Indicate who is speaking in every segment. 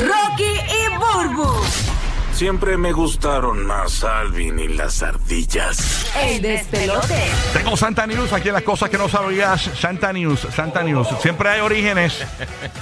Speaker 1: Rocky y Burbu.
Speaker 2: Siempre me gustaron más Alvin y las ardillas.
Speaker 1: El despelote.
Speaker 3: Tengo Santa News, aquí las cosas que no sabías. Santa News, Santa News. Siempre hay orígenes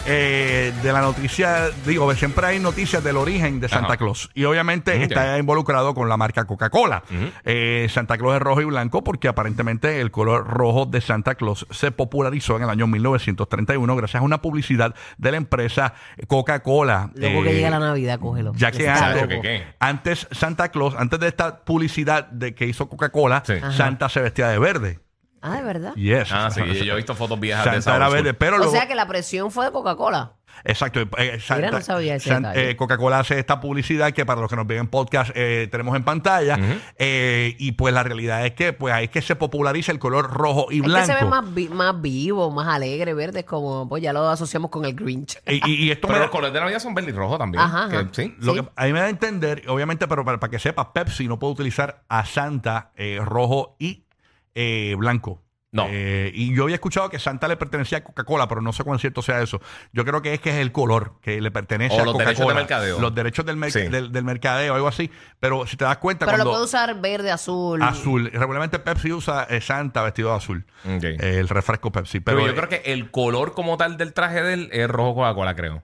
Speaker 3: eh, de la noticia, digo, siempre hay noticias del origen de Santa
Speaker 4: Ajá.
Speaker 3: Claus. Y obviamente
Speaker 4: Ok.
Speaker 3: está involucrado con la marca Coca-Cola. Eh, Santa Claus es rojo y blanco porque aparentemente el color rojo de Santa Claus se popularizó en el año 1931 gracias a una publicidad de la empresa Coca-Cola.
Speaker 5: Luego que
Speaker 3: Eh,
Speaker 5: llega la Navidad, cógelo.
Speaker 3: ya que
Speaker 5: Está
Speaker 3: antes,
Speaker 5: loco.
Speaker 4: que qué.
Speaker 3: antes Santa Claus, antes de esta publicidad de que hizo Coca-Cola,
Speaker 4: Sí. Ajá.
Speaker 3: Santa se vestía de verde.
Speaker 5: Ah, de verdad.
Speaker 3: Yes.
Speaker 4: Ah, sí, yo he visto fotos viejas de
Speaker 3: Santa
Speaker 4: esa
Speaker 3: era
Speaker 4: old school.
Speaker 3: verde, pero
Speaker 5: O
Speaker 3: luego,
Speaker 5: sea que la presión fue de Coca-Cola.
Speaker 3: exacto, eh, Santa-
Speaker 5: no sabía ese detalle.
Speaker 3: eh, Coca-Cola hace esta publicidad que para los que nos ven en podcast eh, tenemos en pantalla eh, y pues la realidad es que pues ahí es que se populariza el color rojo y blanco.
Speaker 5: Es que se ve más, vi- más vivo, más alegre, verde. Es como, pues ya lo asociamos con el Grinch.
Speaker 3: Y- y, y esto
Speaker 4: Pero
Speaker 3: me
Speaker 4: los colores de la vida son verde y rojo también.
Speaker 5: Ajá,
Speaker 4: que-
Speaker 5: ajá.
Speaker 4: Sí.
Speaker 3: Lo
Speaker 5: Sí.
Speaker 3: que a mí me da a entender, obviamente, pero para, para que sepas, Pepsi no puede utilizar a Santa eh, rojo y eh, blanco.
Speaker 4: No.
Speaker 3: Eh, y yo había escuchado que Santa le pertenecía a Coca-Cola, pero no sé cuán cierto sea eso. Yo creo que es que es el color que le pertenece
Speaker 4: O
Speaker 3: a
Speaker 4: los
Speaker 3: Coca-Cola.
Speaker 4: derechos de mercadeo.
Speaker 3: Los derechos del, merc-
Speaker 4: Sí.
Speaker 3: del, del mercadeo, algo así. Pero si te das cuenta,
Speaker 5: Pero lo puede
Speaker 3: cuando
Speaker 5: usar verde, azul.
Speaker 3: azul, regularmente Pepsi usa eh, Santa vestido de azul.
Speaker 4: Ok.
Speaker 3: Eh, el refresco Pepsi. Pero, eh,
Speaker 4: pero yo creo que el color como tal del traje de él es rojo Coca-Cola, creo.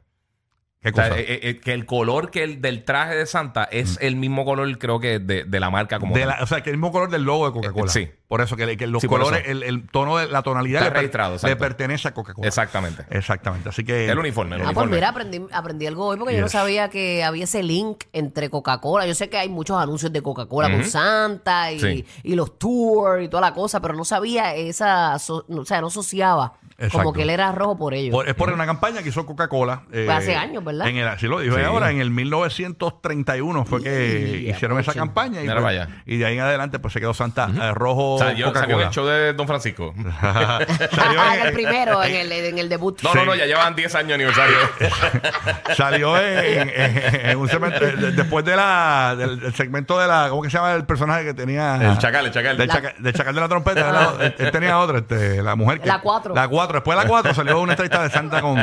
Speaker 3: ¿Qué
Speaker 4: O sea,
Speaker 3: cosa?
Speaker 4: eh, eh, que el color que el del traje de Santa es el mismo color, creo que de, de la marca como
Speaker 3: Mm. De
Speaker 4: tal.
Speaker 3: la- o sea, que el mismo color del logo de Coca-Cola.
Speaker 4: Eh, sí.
Speaker 3: Por eso, que, que los
Speaker 4: Sí, por
Speaker 3: colores,
Speaker 4: eso.
Speaker 3: el, el tono de la tonalidad
Speaker 4: Está
Speaker 3: le, per-
Speaker 4: registrado,
Speaker 3: le
Speaker 4: exacto.
Speaker 3: pertenece a Coca-Cola.
Speaker 4: Exactamente.
Speaker 3: Eh, Exactamente. Así que. eh,
Speaker 4: El uniforme, el
Speaker 5: Ah, pues
Speaker 4: uniforme.
Speaker 5: mira, aprendí, aprendí algo hoy porque yo no
Speaker 3: Yes.
Speaker 5: sabía que había ese link entre Coca-Cola. Yo sé que hay muchos anuncios de Coca-Cola con
Speaker 4: Ujú.
Speaker 5: Santa y,
Speaker 4: Sí.
Speaker 5: y los tours y toda la cosa, pero no sabía esa, aso- no- o sea, no asociaba
Speaker 3: Exacto.
Speaker 5: como que él era rojo por ello.
Speaker 3: Por- es por una campaña que hizo Coca-Cola. eh,
Speaker 5: Fue hace años, ¿verdad?
Speaker 3: En el, sí, lo dijo
Speaker 4: Sí.
Speaker 3: ahora, en el 1931 fue que
Speaker 5: Yeah,
Speaker 3: hicieron esa
Speaker 5: pucha.
Speaker 3: campaña. Y,
Speaker 4: Mira
Speaker 3: pues-
Speaker 4: para allá.
Speaker 3: y de ahí en adelante pues se quedó Santa eh, Rojo
Speaker 4: O sea, yo salió en
Speaker 3: Coca-Cola.
Speaker 4: el show de Don Francisco.
Speaker 3: Salió
Speaker 5: Ah, en el
Speaker 3: en-
Speaker 5: primero, en el, en el debut.
Speaker 4: No, no, no, ya llevan 10 años de aniversario.
Speaker 3: Salió en, en- en un segmento- de- después de la, del, del segmento de la. ¿Cómo que se llama el personaje que tenía?
Speaker 4: el chacal, el chacal.
Speaker 3: Del,
Speaker 4: La-
Speaker 3: chaca- del chacal de la trompeta. era- él, él tenía otra, este, la mujer. que-
Speaker 5: La cuatro.
Speaker 3: La cuatro. Después de la cuatro salió una entrevista de Santa con.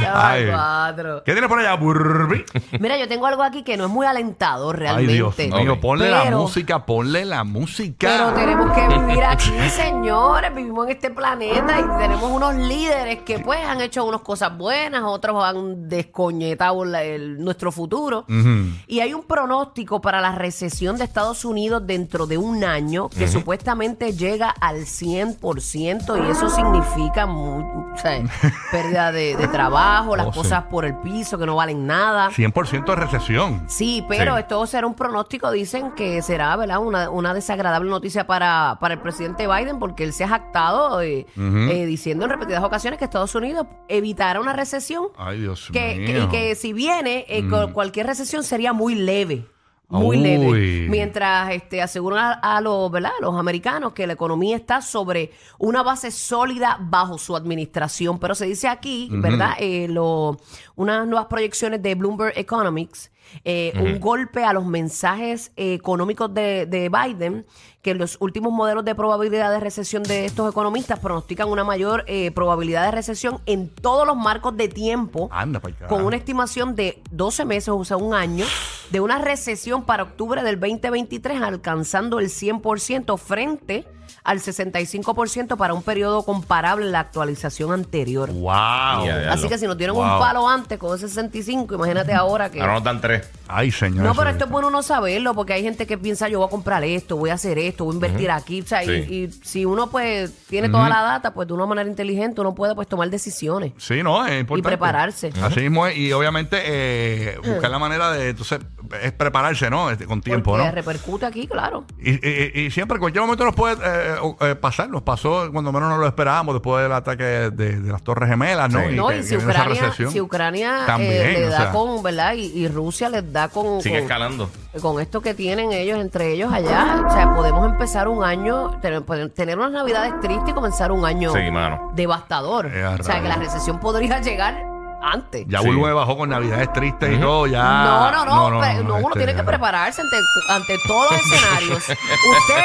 Speaker 5: Ya van
Speaker 3: Ay.
Speaker 5: cuatro.
Speaker 3: ¿Qué tienes por allá? Burbi.
Speaker 5: Mira, yo tengo algo aquí que no es muy alentador
Speaker 3: Ay,
Speaker 5: realmente.
Speaker 3: Dios mío,
Speaker 4: Ok.
Speaker 3: ponle la
Speaker 5: Pero-
Speaker 3: música, ponle la música.
Speaker 5: Pero tenemos que vivir aquí, señores. Vivimos en este planeta y tenemos unos líderes que, pues, han hecho unas cosas buenas, otros han descoñetado la- el- nuestro futuro.
Speaker 3: Ujú.
Speaker 5: Y hay un pronóstico para la recesión de Estados Unidos dentro de un año que supuestamente llega al 100% y eso significa mu- o sea, pérdida de, de trabajo, las
Speaker 3: Oh, sí.
Speaker 5: cosas por el piso que no valen nada.
Speaker 3: 100% de recesión.
Speaker 5: Sí, pero
Speaker 4: Sí.
Speaker 5: esto será un pronóstico, dicen que será, ¿verdad? Una, una desagradable noticia para, para el presidente Biden porque él se ha jactado eh, eh, diciendo en repetidas ocasiones que Estados Unidos evitará una recesión
Speaker 3: Ay, Dios
Speaker 5: que, que- y
Speaker 3: mío. Mm.
Speaker 5: que si viene, eh, co- cualquier recesión sería muy leve. Muy
Speaker 3: Uy.
Speaker 5: leve. Mientras este, aseguran a, a los, ¿verdad? los americanos que la economía está sobre una base sólida bajo su administración. Pero se dice aquí, ¿verdad? Eh, lo- unas nuevas proyecciones de Bloomberg Economics. eh, Un golpe a los mensajes eh, económicos de, de Biden, que los últimos modelos de probabilidad de recesión de estos economistas pronostican una mayor eh, probabilidad de recesión en todos los marcos de tiempo
Speaker 3: Anda, pa'l carajo.
Speaker 5: con una estimación de 12 meses, o sea, un año, de una recesión para octubre del 2023 alcanzando el 100% frente al 65% para un periodo comparable a la actualización anterior.
Speaker 3: Wow.
Speaker 4: Ya, ya.
Speaker 5: Así que si nos dieron
Speaker 3: Wow. Ah,
Speaker 5: un palo antes con ese 65, imagínate ahora que...
Speaker 4: Ahora nos dan tres.
Speaker 3: Ay, señor.
Speaker 5: No, pero
Speaker 3: señor.
Speaker 5: esto es bueno no saberlo, porque hay gente que piensa, yo voy a comprar esto, voy a hacer esto, voy a invertir aquí. O sea, y-
Speaker 4: Sí.
Speaker 5: y, si uno pues tiene toda la data, pues de una manera inteligente uno puede pues tomar decisiones.
Speaker 3: Sí, no, es importante.
Speaker 5: prepararse.
Speaker 3: Así mismo es, y obviamente eh, buscar la manera de, entonces, es prepararse, ¿no? Este, con tiempo,
Speaker 5: porque
Speaker 3: ¿no?
Speaker 5: repercute aquí, claro.
Speaker 3: Y, y- y- y siempre, en cualquier momento nos puede eh, o- eh, pasar, nos pasó cuando menos nos lo esperábamos después del ataque de, de las Torres Gemelas, ¿no?
Speaker 4: Sí.
Speaker 5: No,
Speaker 3: que-
Speaker 5: y
Speaker 3: que
Speaker 5: si
Speaker 3: viene esa
Speaker 5: Ucrania,
Speaker 3: recesión.
Speaker 5: si Ucrania eh,
Speaker 3: También,
Speaker 5: le
Speaker 3: o
Speaker 5: da
Speaker 3: sea.
Speaker 5: con, ¿verdad? Y, y Rusia les da con,
Speaker 4: Sigue
Speaker 5: con,
Speaker 4: escalando.
Speaker 5: con esto que tienen ellos entre ellos allá. O sea, podemos empezar un año, tener, poder- tener unas navidades tristes y comenzar un año
Speaker 4: Sí, mano.
Speaker 5: devastador.
Speaker 3: Eh, a
Speaker 5: o sea, que la
Speaker 3: rayos.
Speaker 5: recesión podría llegar antes.
Speaker 3: Ya
Speaker 4: Sí.
Speaker 3: Bulbo me bajó con Navidades tristes y todo, ya.
Speaker 5: No, no, no, pero no, uno
Speaker 3: este,
Speaker 5: tiene que prepararse ante, ante todos los escenarios. Usted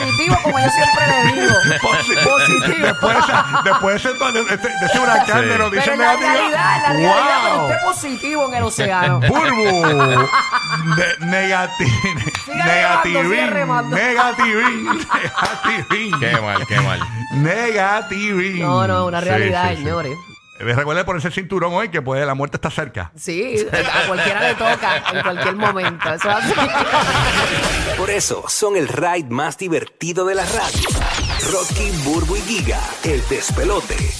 Speaker 5: positivo, como yo siempre le digo. Positivo.
Speaker 3: Después, de esa- después de ese, de ese- de ese huracán
Speaker 4: Sí.
Speaker 3: de
Speaker 5: pero
Speaker 3: noticias
Speaker 5: en la
Speaker 3: negativas.
Speaker 5: realidad, en la realidad, pero
Speaker 3: ¡Wow!
Speaker 5: usted positivo en el océano.
Speaker 3: Bulbo. Ne- negati-
Speaker 5: remando, sigue
Speaker 3: negativín.
Speaker 5: remando.
Speaker 3: Negativín. Negativín.
Speaker 4: Qué mal, qué mal.
Speaker 3: Negativín.
Speaker 5: No, no, una
Speaker 3: Sí,
Speaker 5: realidad,
Speaker 3: sí, sí.
Speaker 5: señores.
Speaker 3: Eh, Recuerde ponerse el cinturón hoy que puede, la muerte está cerca.
Speaker 5: Sí, a cualquiera le toca en cualquier momento. Eso es así.
Speaker 6: Por eso son el ride más divertido de la radio. Rocky, Burbu y Giga, el despelote.